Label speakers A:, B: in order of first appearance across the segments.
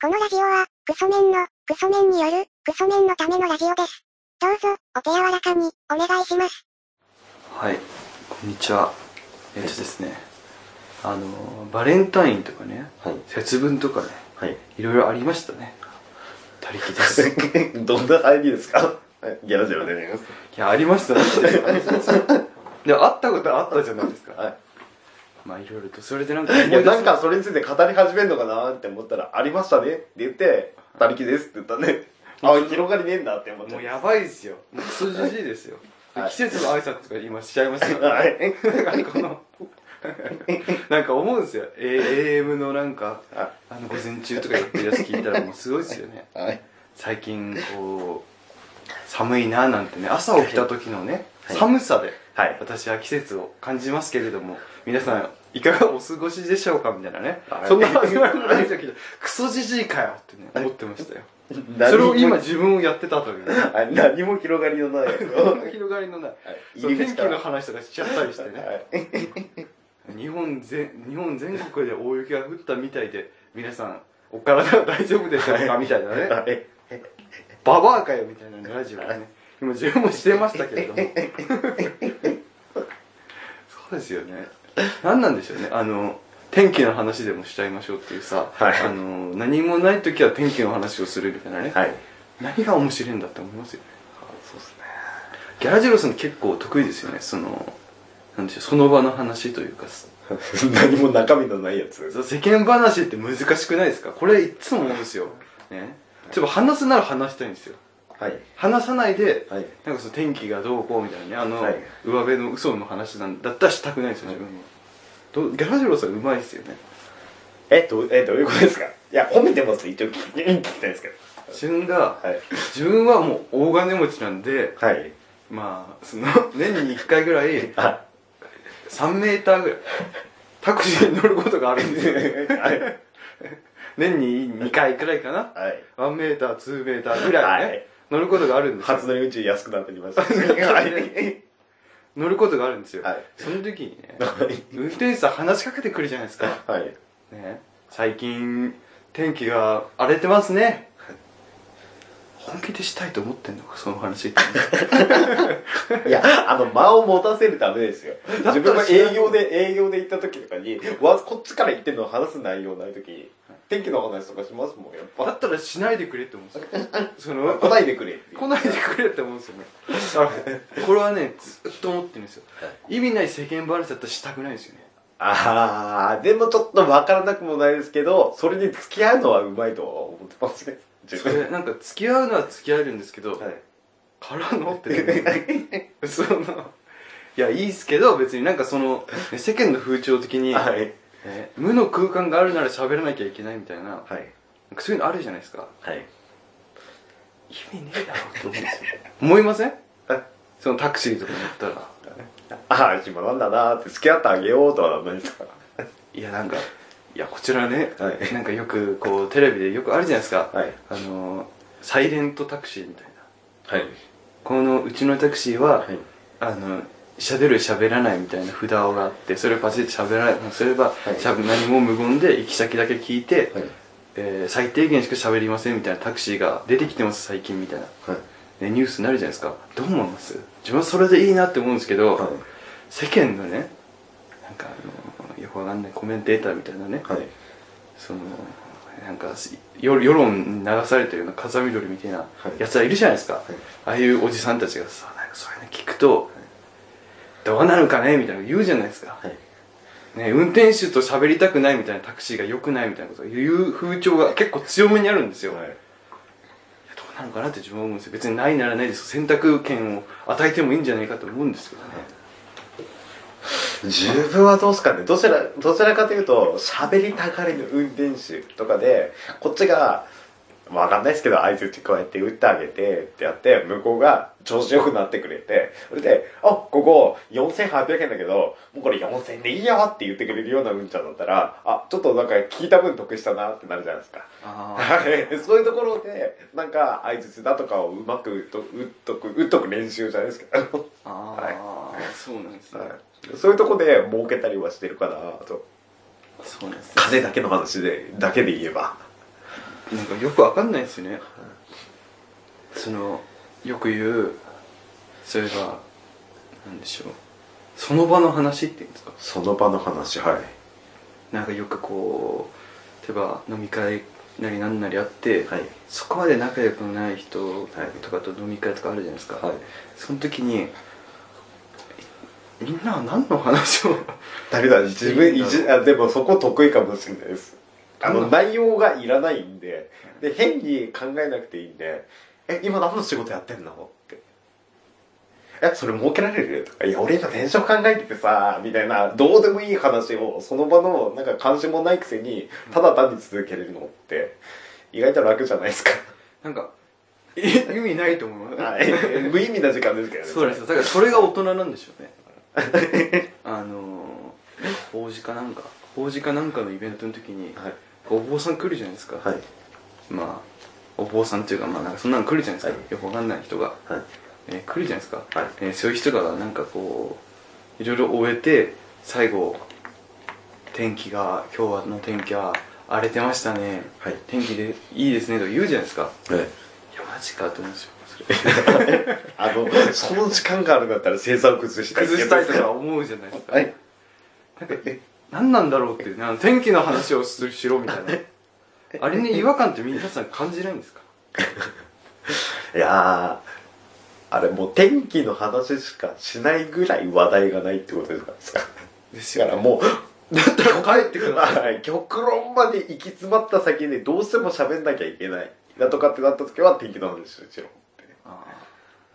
A: このラジオは、クソメンの、クソメンによる、クソメンのためのラジオです。どうぞ、お手柔らかに、お願いします。
B: はい、こんにちは。えっとですね、あのバレンタインとかね、
C: はい。
B: 節分とかね、
C: はい。
B: いろいろありましたね。他力です。 い
C: どんな ID ですかはいギャラゼロでお願いします。
B: や、ありましたね。 いや、あったことはあったじゃないですか。
C: は
B: まあ、いろいろと、それでなんか
C: い。いや、なん
B: か、
C: かそれについて語り始めるのかなって思ったら、ありましたねって言って、他力ですって言ったんで、あ、広がりねえんだって思っち
B: も
C: ゃ
B: う
C: っ
B: やばいですよ。もうクソじじいですよ。
C: はい
B: 季節の挨拶とか今しちゃいました
C: た。
B: から。
C: はい。
B: なんかこ の、なんか思うんですよ。A- AM のなんか、
C: は
B: あの午前中とかやってるやつ聞いたらもうすごいですよね。
C: い。はい。
B: 最近こう寒いななんてね朝起きた時のね、
C: はい
B: 寒さで
C: はい
B: 私は季節を感じますけれども皆さんいかがお過ごしでしょうかみたいなね、
C: はい
B: そんな始まりのない時で クソじじいかよってね思ってま したよそれを今自分をやってたというね
C: はい何も広がりのないやつを。はい
B: 広がりのない、そ
C: 入
B: う
C: り
B: 天
C: 口
B: 気
C: から
B: の話とかしちゃったりしてね、
C: はい
B: 日本全日本全国で大雪が降ったみたいで皆さんお体は大丈夫でしょうかみたいなね
C: はい。
B: ババアかよみたいなラジオをね今自分もしてましたけ れどもそうですよね何なんでしょうねあの天気の話でもしちゃいましょうっていうさ、
C: はい
B: あの何もない時は天気の話をするみたいなね、
C: はい。
B: 何が面白いんだって思いますよね
C: そうですね。
B: ギャラジロさん結構得意ですよねそのなんでしょうその場の話というかさ
C: 何も中身のないやつ。
B: そう世間話って難しくないですかこれいっつも思うんですよ、ね、ちょっと話すなら話したいんですよ
C: はい。
B: 話さないで
C: はい。
B: なんかその天気がどうこうみたいなねあの、
C: はい
B: 上辺の嘘の話なんだったらしたくないんですよ自分は、どうギャラジローさんうまいですよね
C: えっと、えどういうことですかいや、褒めてます。一応聞き聞きたいですけど。
B: 自分が、
C: はい。
B: 自分はもう大金持ちなんで
C: はい。
B: まあその 年に1回ぐらい
C: はい。
B: 3メーターぐらいタクシーに乗ることがあるんですよ
C: はい。
B: 年に2回くらいかな
C: はい。
B: 1メーター2メーターぐらいね、
C: はい
B: 乗ることがあるんですよ
C: 初乗り宇宙安くなってきました。
B: は
C: はいい。
B: 乗ることがあるんですよ、
C: はい
B: その時にね
C: はい
B: 運転手さん話しかけてくるじゃないですか
C: はい。
B: ね、最近天気が荒れてますね本気でしたいと思ってんのかその話って
C: いや、あの、間を持たせるためですよ。自分が営業で、営業で行った時とかに、わこっちから行ってんの話す内容ない時に、天気の話とかしますもん、やっ
B: だ
C: ぱ。
B: ったらしないでくれって思うんですよその
C: 答えてくれっていう。
B: 来ないでくれって思うんですよねあのこれはねずっと思ってるんですよ意味ない世間話だったらしたくないんですよね
C: あー、でもちょっとわからなくもないですけど、それに付き合うのはうまいとは思ってますね。自
B: そ
C: 分。
B: れなんか付き合うのは付き合えるんですけど
C: はい。
B: 「からの?」ってねそのいやいいっすけど別になんかそのね世間の風潮的に、
C: はい。
B: ね無の空間があるなら喋らなきゃいけないみたいな
C: はい。
B: なんかそういうのあるじゃないですか
C: はい。
B: 意味ねえだろって思うんですよ思いません
C: はい
B: そのタクシーとか乗ったら
C: ああ、暇なんだなーって、付き合ってあげようとはなんないですか
B: いやなんかいやこちらね、
C: はい
B: なんかよくこうテレビでよくあるじゃないですか、
C: はい
B: あのーサイレントタクシーみたいな
C: はい。
B: このうちのタクシーは、
C: はい
B: あの喋る喋らないみたいな札があってそれをパチッと喋らないとすれば、
C: い
B: しゃ何も無言で行き先だけ聞いて、
C: はい
B: えー最低限しか喋りませんみたいなタクシーが出てきてます最近みたいな、
C: はい。
B: ね、ニュースになるじゃないですかどう思います自分はそれでいいなって思うんですけど、
C: はい
B: 世間のねなんかあのよくわかんないコメンテーターみたいなね、
C: はい。
B: そのなんかす世世論に流されてるような風見鶏みたいなやつらいるじゃないですか、ああいうおじさんたちがさなんかそういうの聞くと、どうなるかねみたいなの言うじゃないですか、
C: はい。
B: ね、運転手と喋りたくないみたいなタクシーが良くないみたいなことを言う風潮が結構強めにあるんですよ、
C: はい。
B: どうなのかなって自分は思うんですよ別にないならないです選択権を与えてもいいんじゃないかと思うんですけどね
C: 自分はどうですかねどちら、どちらかというと、喋りたがりの運転手とかで、こっちが、わかんないですけど、合図ってこうやって打ってあげて、ってやって、向こうが調子よくなってくれて、それで、あ、ここ4800円だけど、もうこれ4000でいいよって言ってくれるようなうんちゃんだったら、あ、ちょっとなんか聞いた分得したなってなるじゃないですか。
B: あ
C: はい、 そういうところで、なんか、相槌だとかをうまく打っと打っとく、打っとく練習じゃないですか。
B: あああ、そうなんですね、
C: はい、そういうとこで儲けたりはしてるかなと。
B: そうなんですね
C: 風だけの話で、だけで言えば。
B: なんかよくわかんないですよねそのよく言うそういえばなんでしょうその場の話っていうんですか
C: その場の話はい
B: なんかよくこう例えば飲み会なりなんなりあって、
C: はい
B: そこまで仲良くない人
C: はい
B: とかと飲み会とかあるじゃないですか、
C: はい
B: その時にみんなは何の話を
C: ダメだ自分いじあでもそこ得意かもしれないですあ
B: う
C: の
B: ん
C: 内容がいらないんでで変に考えなくていいんで「え今何の仕事やってんの?」って「えそれ儲けられる?」とか「いや俺今転職考えててさ」みたいなどうでもいい話をその場のなんか関心もないくせにただ単に続けれるのって意外と楽じゃないですか
B: なんかえ意味ないと思う
C: はい 無意味な時間ですけどね
B: そうですよだからそれが大人なんでしょう ねあのー法事かなんか法事かなんかのイベントの時に
C: はい
B: お坊さん来るじゃないですか、
C: はい
B: まあお坊さんっていうかまあなんかそんなの来るじゃないですか、
C: はい
B: よくわかんない人が、
C: はい
B: えー来るじゃないですか、
C: はい
B: えーそういう人がなんかこういろいろ終えて最後天気が今日の天気は荒れてましたね
C: はい
B: 天気でいいですねとか言うじゃないですか
C: はい
B: いやマジかと思うんですよそれ
C: あのその時間があるんだったら星座を崩したい
B: 崩したいとか思うじゃないですか、
C: はい
B: なんかえ何なんだろうっていうねあの天気の話をするしろみた いなあれに違和感って皆さん感じないんですか
C: いやー、あれもう天気の話しかしないぐらい話題がないってことじゃないですか。
B: です
C: だからも
B: だったら帰ってく
C: う、
B: ださい
C: はい極論まで行き詰まった先でどうしても喋んなきゃいけない。だとかってなった時は天気の話しろって。
B: あ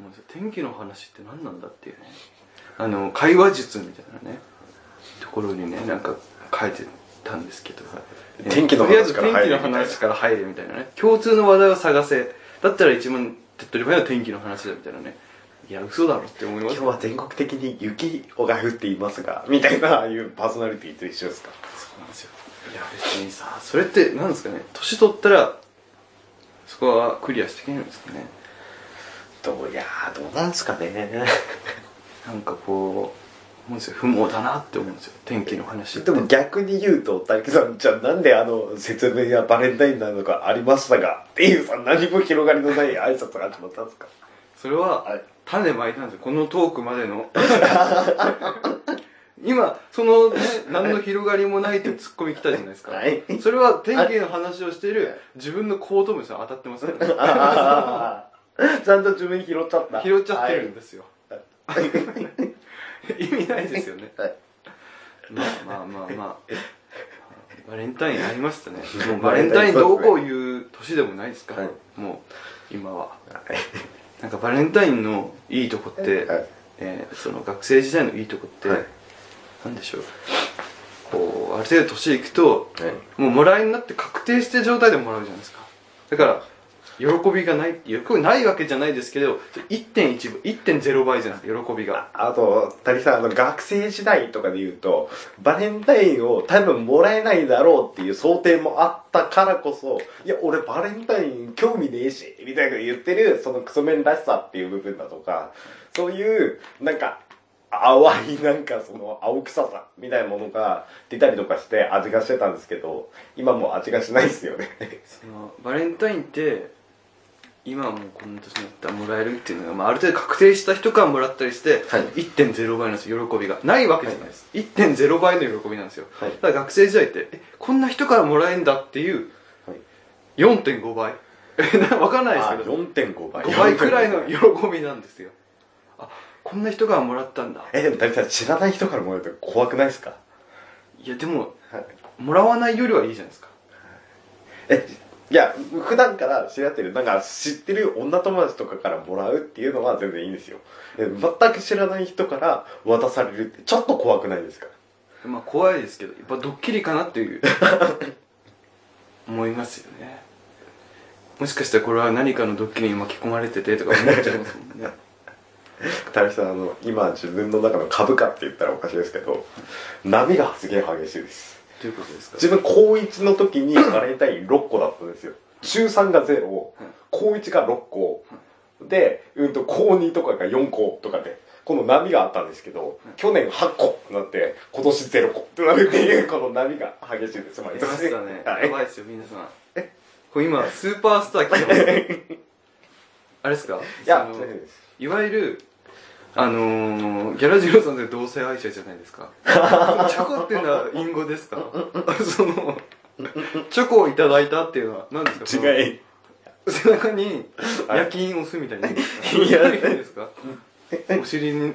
B: あもう天気の話って何なんだっていうねあの会話術みたいなねところにねなんか書いてたんですけど、えー
C: 天気の
B: とりあえず
C: 話から入れ
B: 天
C: み
B: 気
C: たい
B: の
C: な
B: 話から入れみたいなね共通の話題を探せだったら一番手っ取り早いのは天気の話だみたいなねいや嘘だろって思いま
C: 今
B: す
C: 日は全国的に雪が降っていますが、みたいな、ああいうパーソナリティと一緒ですか。
B: そうなんですよいや別にさそれって何ですかね年取ったらそこはクリアしていけないんですかね
C: どういやー、どうなんですかね。
B: なんかこう思うんですよ不毛だなって思うんですよ天気の話って
C: でも逆に言うと、大木さん、じゃあなんであの説明やバレンタインなのかありましたが、っていうさ、何も広がりのない挨拶が始まったんですか
B: それは、
C: はい
B: 種まいたんですよこのトークまで の今そのね何の広がりもないってツッコミ来たじゃないですか、
C: はい
B: それは天気の話をしている自分の行動もですよ当たってますからね
C: ああ、ちゃんと自分拾っちゃった。
B: 拾っちゃってるんですよ、
C: はい。
B: 意味ないですよね
C: はい
B: まあまあまあまあバレンタインありましたね もうバレンタインどうこういう年でもないですから、
C: はい
B: もう今はなんかバレンタインのいいとこって、
C: はい
B: えーその学生時代のいいとこって、
C: はい
B: なんでしょうこうある程度年いくともうもらいになって確定して状態でもらうじゃないですかだから喜びがない喜びないわけじゃないですけど1.1倍1.0倍じゃないですか喜びが
C: あと、谷さん、あの、学生時代とかで言うと、バレンタインを多分もらえないだろうっていう想定もあったからこそ、いや、俺バレンタイン興味ねえし、みたいなこと言ってる、そのクソメンらしさっていう部分だとか、そういう、なんか、淡いなんかその青臭さみたいなものが出たりとかして味がしてたんですけど、今もう味がしないですよね。
B: そのバレンタインって今はもうこの年になったらもらえるっていうのが、まあ、ある程度確定した人からもらったりして、
C: はい
B: 1.0倍なんですよ喜びがないわけじゃないです、1.0倍の喜びなんですよ、
C: はい
B: だから学生時代ってえこんな人からもらえんだっていう
C: はい
B: 4.5倍 わかんないですけど
C: 4.5倍
B: 5倍くらいの喜びなんですよあこんな人からもらったんだ
C: えでも谷さん知らない人からもらうと怖くないですか
B: いやでも
C: はい
B: もらわないよりはいいじゃないですか
C: えいや普段から知り合ってるなんか知ってる女友達とかからもらうっていうのは全然いいんですよえ全く知らない人から渡されるってちょっと怖くないですか
B: まあ怖いですけどやっぱドッキリかなっていう思いますよねもしかしたらこれは何かのドッキリに巻き込まれててとか思っちゃいますもん ね
C: 谷さんあの今自分の中の株価って言ったらおかしいですけど波がすげえ激しいです
B: ということですか
C: 自分高1の時にバレンタイン6個だったんですよ中3が0、高1が6個、で、うん、と高2とかが4個とかでこの波があったんですけど、去年8個になって今年0個ってなるっていうこの波が激しいです毎
B: やりま
C: 年
B: したね、
C: は
B: や
C: い
B: ばいですよ皆さんこれ今、スーパースター来てますね。 あれですか
C: いや
B: そ
C: 大丈
B: の
C: 夫です
B: いわゆる、あのー、ギャラジロさんって同性愛者じゃないです か。チョコっていうのは隠語ですかその、チョコをいただいたっていうのは何ですかその
C: 違い
B: 背中に
C: はい
B: 夜勤を押すみたいな。い
C: いや
B: いですかお尻に、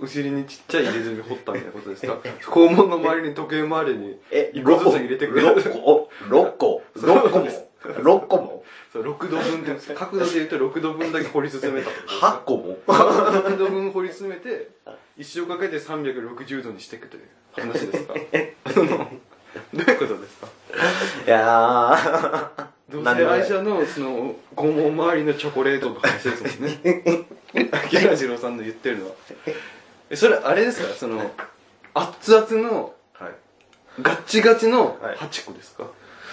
B: お尻にちっちゃい入れ墨掘ったみたいなことですか肛門の周りに時計回りに
C: え
B: 一個ずつ入れてくれる。
C: 6個6個6個も6個も
B: そう6度分って、角度で言うと6度分だけ掘り進めたってことですか
C: 8個も
B: 100度分掘り詰めて一生かけて360度にしていくという話ですかあの どういうことですか
C: いやー
B: 同
C: なんで
B: 性
C: もない
B: 愛者のその拷問周りのチョコレートの話ですもんね ギャラジローさんの言ってるのはえそれあれですかその熱々の
C: はい
B: ガッチガチの
C: はい
B: 8個ですか、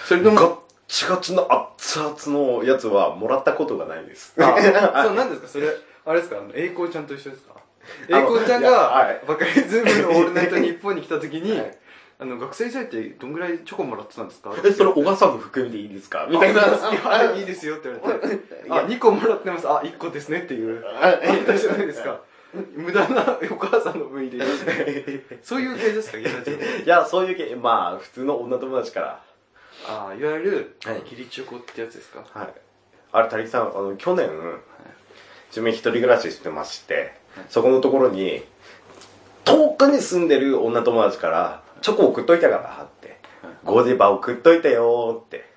B: それと
C: ガ
B: も
C: ッチガチの熱々のやつはもらったことがないです
B: あそうなんですかそれあれですかあの栄光ちゃんと一緒ですか
C: あ
B: 栄光ちゃん
C: いやは
B: が
C: い
B: バカリズムの「オールナイトニッポン」に来た時に、
C: はい
B: あの学生時代ってどんぐらいチョコもらってたんですか
C: えそれ小笠原含みでいいですかみたいな
B: あいやいいですよって言われて
C: い
B: あ
C: や
B: 2個もらってますあ1個ですねっていう
C: あ
B: 私じゃないですか無駄なお母さんの部位でそういう系ですかギャラジ
C: いやそういう系まあ普通の女友達から
B: ああいわゆる
C: はい
B: 義理チョコってやつですか
C: はい。あれ、たりさん、あの、去年、自分一人暮らししてまして、そこのところに、遠くに住んでる女友達から、チョコ送っといたからって、ゴディバ送っといたよーって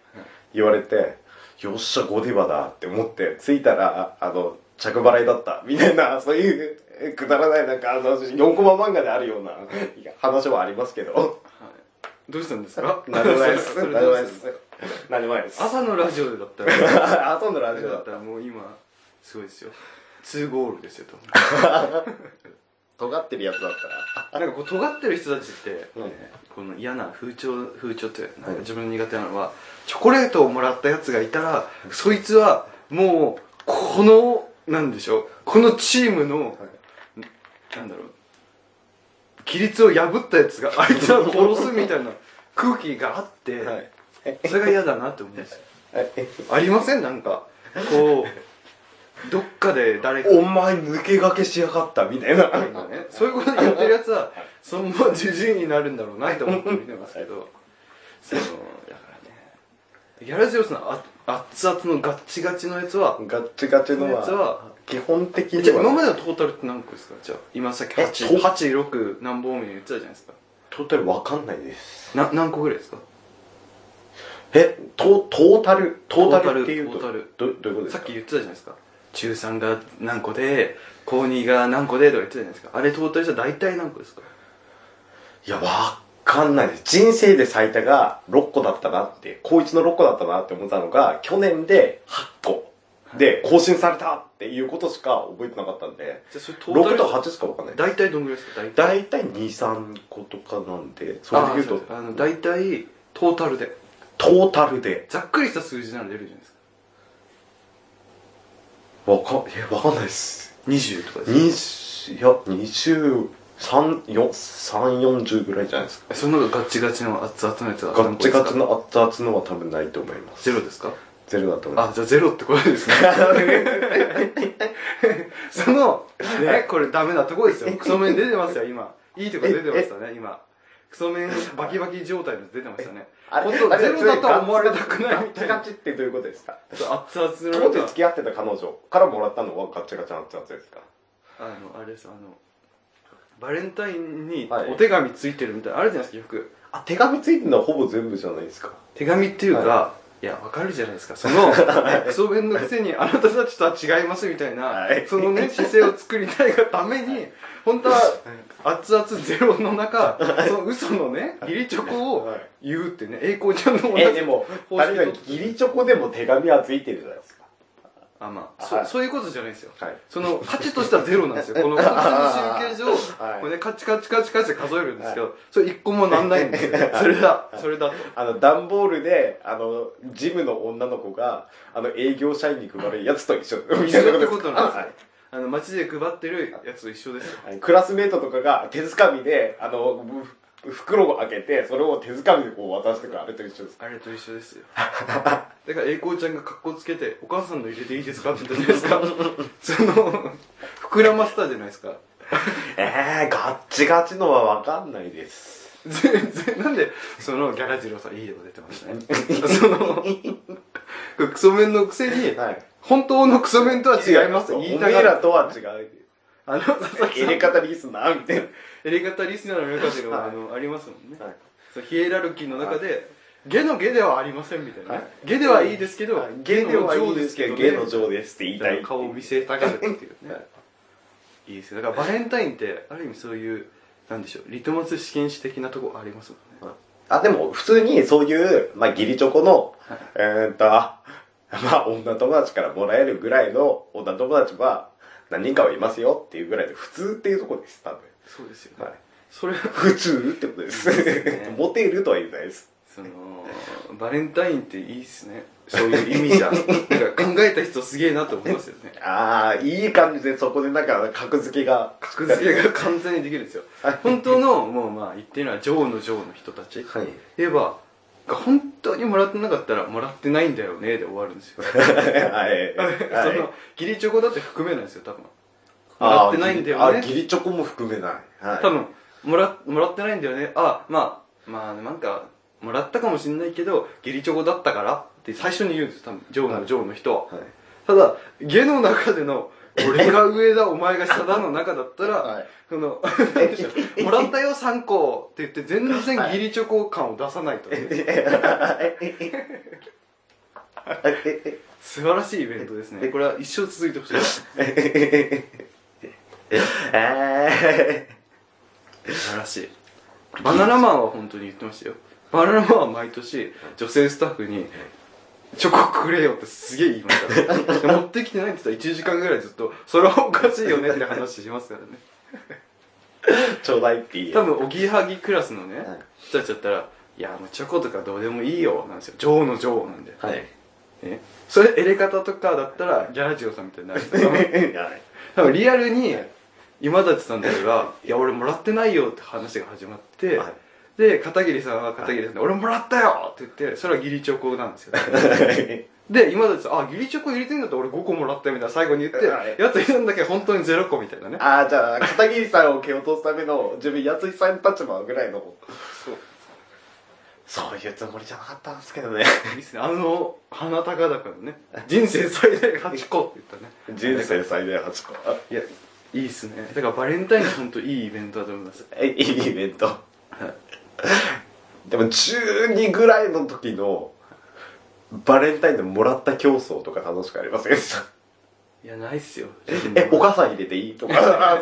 C: 言われて、よっしゃ、ゴディバだって思って、着いたら、あの、着払いだった、みたいな、 そういう、くだらない、なんか、あの、4コマ漫画であるような話はありますけど、
B: どうしたんですか
C: 何 でもないです。
B: それ
C: 何
B: それ
C: でも
B: どう
C: ない
B: し
C: で
B: たんです
C: す
B: か。
C: 何でもないです。
B: 朝のラジオでだったら
C: 朝のラジオ
B: だ
C: だ
B: っ
C: ったた。
B: らもう今すごいですよ2ゴールですよ多分
C: 尖ってるやつだったら。
B: なんかこう尖ってる人たちって、
C: うん
B: この嫌な風潮風潮ってなんか自分の苦手なのは、チョコレートをもらったやつがいたらそいつはもうこのなんでしょうこのチームの、なんだろう規律を破ったやつがあいつ らを殺すみたいな空気があって、
C: はい
B: それが嫌だなって思うんですよ
C: え
B: ありませんなんかこうどっかで誰か
C: お前抜け駆けしやがったみたいな。
B: ねそういうことやってるやつはそのままじじいになるんだろうなと思って見てますけどそのだからねギャラジオスのあ熱々のガッチガチのやつは
C: ガッチガチの
B: やつは
C: は、基本的
B: じ
C: に
B: ゃあ
C: は。
B: 今までのトータルって何個ですかじゃあ今さっき
C: えと
B: 886何本目言ってたじゃないですか
C: トータルわかんないです。
B: な何個ぐらいですか
C: え、トトータル、トータルっていう
B: トー
C: と、
B: タ
C: ど
B: ル
C: どういうことで
B: さっ
C: すか
B: き言ってたじゃないですか中3が何個で高2が何個でとか言ってたじゃないですかあれトータルしたら大体何個ですか
C: いや、わかんないです。人生で最多が6個だったなって、高1の6個だったなって思ったのが、去年で8個。で、更新されたっていうことしか覚えてなかったんで、
B: じゃあそれトータ
C: 6
B: ル
C: と8しかわかんない。
B: 大体どんぐらいですか大体
C: だいたい2、3個とかなんで、それで言うと、
B: ああの大体トータルで
C: トータルで。
B: ざっくりした数字なら出るじゃないですか
C: わか、え、わかんないです。
B: 20とかです
C: 二十、いや、二十、三、四、三、四十ぐらいじゃないですか。
B: そんなのガッチガチの熱々のやつは
C: ガッチガ
B: 何個です
C: チ
B: か
C: の熱々のは多分ないと思います。
B: ゼロですか
C: ゼロだと思い ま
B: あじゃあゼロってこと ですねそのねこれダメなとこですよクソメン出てますよ今いいとこ出てましたね今クソメンバキバキ状態で出てましたね
C: す。
B: 本当ゼロだとは思われたくない
C: ガ
B: み
C: ッ
B: た
C: チ
B: い
C: ガ
B: な
C: チってどういうことですか
B: 熱々の
C: 当時
B: や
C: 付
B: つ
C: き合ってた彼女からもらったのはガッチガチの熱々ですか
B: あのあれですあのバレンタインに
C: はい
B: お手紙ついてるみたいなのあるじゃないですかよく
C: あ、手紙ついてるのはほぼ全部じゃないですか。
B: 手紙っていうか、い、や、わかるじゃないですか。その、ねクソ弁のくせにあなたたちとは違いますみたいな、
C: はい
B: そのね、姿勢を作りたいがために、本当は熱々ゼロの中、その嘘のね、義理チョコを
C: はい
B: 言うってね、栄光ちゃんの同じ
C: え、で も、
B: 方
C: 確
B: 式
C: かに
B: と
C: ギリチョコでも手紙はついてるじゃないですか。
B: あ、まあ、
C: はい
B: そ、そういうことじゃないんですよ。
C: はい。
B: その価値としてはゼロなんですよ。この本当の集計上、
C: はい
B: これね、カチカチカチカチで数えるんですけど、それ一個もなんないんですよ。それだ、それだと。
C: あの、段ボールで、あの、ジムの女の子が、あの、営業社員に配るやつと一緒。み
B: 一
C: たいな
B: 緒ってこ
C: こ
B: とと
C: ですか
B: なん
C: はい
B: ですよ。あの、街で配ってるやつと一緒ですよ。
C: はい クラスメートとかが手づかみで、あの、ふ袋を開けて、それを手づかみでこう渡してくるあれと一緒です。
B: あれと一緒ですよ。だから栄光ちゃんが格好つけて、お母さんの入れていいですかって言ったじゃないですか。その、膨らませたじゃないですか。
C: えー、ガッチガチのはわかんないです。
B: 全然、なんで、その、ギャラジローさん、いいとこ出てましたね。その、クソメンのくせに、
C: はい。
B: 本当のクソメンとは違いますと言い
C: お
B: た
C: め
B: が
C: えら
B: る。
C: とは違う。
B: あの、佐々木
C: 入
B: さん
C: れ、方リスナーみたい
B: エレガタリスナーの皆さんが、
C: はい
B: あの、ありますもんね。
C: な。はい。
B: そうヒエラルキーの中で、ゲのゲではありませんみたいなね
C: はい。
B: ゲではいいですけど、
C: ゲ
B: ゲ
C: で
B: の
C: はいい
B: 上
C: で
B: ですす
C: け
B: け
C: ど、
B: ど、
C: ゲ
B: ゲ
C: の
B: の
C: 上で すって言いたい。
B: 顔を見せたがるっていうね。いいですよ。だからバレンタインって、ある意味そういう、なんでしょう、リトマス試験紙的なとこありますもんね。
C: あ、でも、普通にそういう、まあ、ギリチョコの、えーっと、あまあ、女友達からもらえるぐらいの女友達は、何人かはいますよっていうぐらいで、普通っていうとこです、多分。
B: そうですよね。
C: はい。
B: それは、
C: 普通ってことです。
B: ね
C: モテるとは言えないです。
B: その、 バレンタインっていいっすね。そういう意味じゃ。なんか考えた人すげえなって思いますよね。
C: ああ、いい感じでそこでなんか格付けが。
B: 格付けが完全にできるんですよ
C: はい。
B: 本当の、もうまあ言ってるのは、女王の女王の人たち。
C: はい。
B: 言えば、が本当にもらってなかったら、もらってないんだよね、で終わるんですよ。
C: はい。
B: その、ギリチョコだって含めないんですよ、多分。も
C: あ
B: ら
C: ー
B: ってないんだよ
C: あ、
B: ね。
C: ギリチョコも含めない。はい。
B: 多分、もら、もらってないんだよね。あ、まあ、まあ、なんか、もらったかもしれないけど、ギリチョコだったからって最初に言うんですよ、多分、ジョーのジョーの人は。
C: はい。
B: ただ、下の中での、俺が上だ、お前が下だの中だったら、
C: はい
B: そ の、なんでしょうもらったよ、3個って言って、全然ギリチョコ感を出さないと、素晴らしいイベントですね。これは一生続いてほしいです。
C: え
B: 素晴らしいバナナマンは本当に言ってましたよバナナマンは毎年女性スタッフにチョコくれよってすげえ言いました持ってきてないって言ったら1時間ぐらいずっとそれはおかしいよねって話しますからね
C: ー、 ちょうだいって言え
B: 多分おぎやはぎクラスのね
C: はい
B: 人たちだったら「いやもうチョコとかどうでもいいよ」なんですよ女王の女王なんで、
C: はい
B: ねそれエレ方とかだったらギャラジオさんみたいになるんです よ多分リアルに今立さんたちが「いや俺もらってないよ」って話が始まって、
C: はい
B: で片桐さんは片桐さんで「俺もらったよ!」って言ってそれは義理チョコなんですよで今立さん「あ義理チョコ入れてんだったら俺5個もらったよ」みたいな最後に言って
C: はい
B: やついるんだけど本当に0個みたいなね
C: ああじゃあ片桐さんを蹴落とすための自分やついさん立場ぐらいの
B: そう
C: そういうつもりじゃなかったんですけど ね
B: いいっすねあの鼻高々のね人生最大8個って言ったね
C: 人生最大8個
B: いやいいっすねだからバレンタイン本当いいイベントだと思います
C: えいいイベント でも中2ぐらいの時のバレンタインでもらった競争とか楽しくありませんでした
B: いやないっすよ
C: え、お母さん入れていいとか。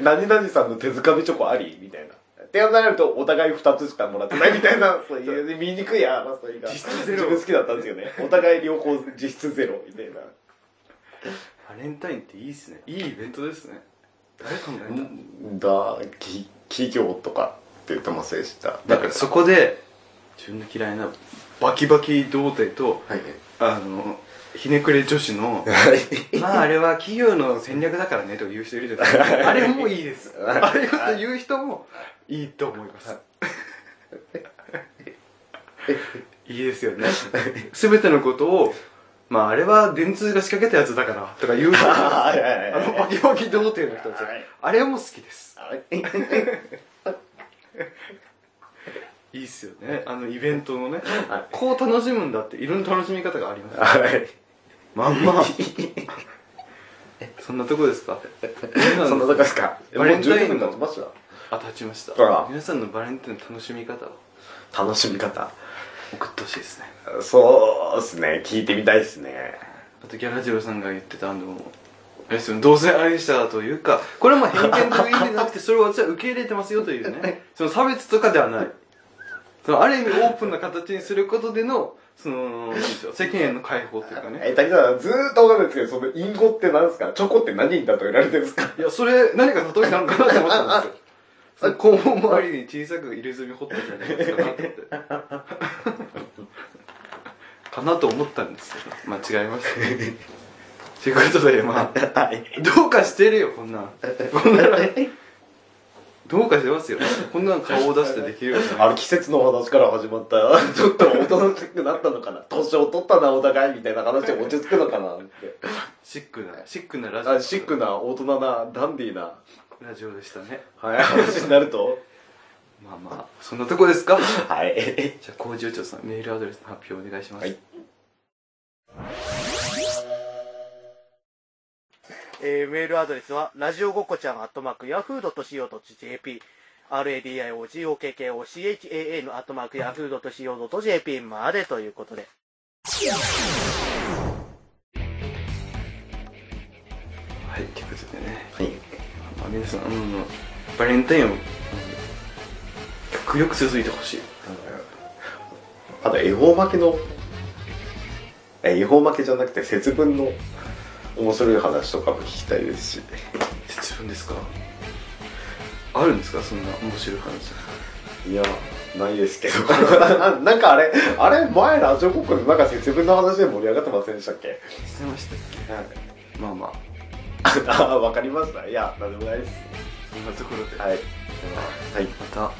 C: 何々さんの手づかみチョコありみたいな。ってなると、お互い2つしかもらってないみたいな、 そういう、醜い争いが。
B: 実質ゼロ
C: 自分好きだったんですよね。お互い両方実質ゼロみたいな。
B: バレンタインっていいっすねいいイベントですね誰考えた
C: だ、き、企業とかって言ってませんでした。
B: だからそこで自分の嫌いなバキバキ童貞と
C: はい。
B: あのひねくれ女子 のまああれは企業の戦略だからねという人いるじゃないです かあれもいいですあれこと言う人もいいと思います いいですよね全てのことをまああれは電通が仕掛けたやつだからとか 言う人もいます
C: はいはいはい
B: あのバキバキ童貞の人たち
C: はい
B: あれも好きです
C: はい。
B: いいっすよねあのイベントのねこう楽しむんだっていろんな楽しみ方があります
C: はい。
B: まん まそんなとこですか
C: そんなとこですか。
B: バレンタイン
C: もう15分経ちました。
B: あ立ちました
C: あら
B: 皆さんのバレンタインの楽しみ方を
C: 楽しみ方。
B: 送ってほしいですね
C: そうですね。聞いてみたいですね。
B: あとギャラジロさんが言ってたあのあれですよ同性愛者というかこれはもう偏見という意味じゃなくてそれを私は受け入れてますよというねその差別とかではないそのある意味オープンな形にすることでのそのなんでしょう世間への解放というかね
C: え、滝沢さん、ずーっとわかるんないですけど、その、隠語って何ですかチョコって何に例えられてるんですか
B: いや、それ、何か例えなのかなって思ったんですよ。それ肛門周りに小さく入れ墨掘ってたんじゃないですかなって思って。かなと思ったんですけど、間違えましたね。ということで、まあ、
C: はい。
B: どうかしてるよ、こんなん。こんな、どうかしてますよ。こんなの顔を出してできるようにな
C: あの季節の話から始まったら、ちょっと大人しくなったのかな、年を取ったな、お互いみたいな話で落ち着くのかなって。
B: シックな、シックなラジオ。
C: あシックな、大人な、ダンディーな、
B: ラジオでしたね。
C: はい、話になると。
B: まあまあ、そんなとこですか
C: はい。
B: じゃあ、工場長さん、メールアドレスの発表お願いします。
C: はい
D: えーメールアドレスは、ラジオごっこちゃん、アットマーク、ヤフー .co.jp、radiogokochan、アットマーク、ヤフー .co.jp までということで。
B: はい、ということでね、
C: はい。
B: まあ、皆さん、あの、バレンタインを、あの極力続いてほしい。
C: あと、恵方巻きの、え恵方巻きじゃなくて、節分の面白い話とかも聞きたいですし。
B: 節分ですかあるんですかそんな面白い話。
C: いや、ないですけど。 ななんかあれ、あれ、前ラジオごっこでなんか節分の話で盛り上がってませんでしたっけ
B: してましたっけまあまあ、
C: あ、わかりました。いや、なんでもないです。
B: そんなところで。
C: はい。はい。
B: また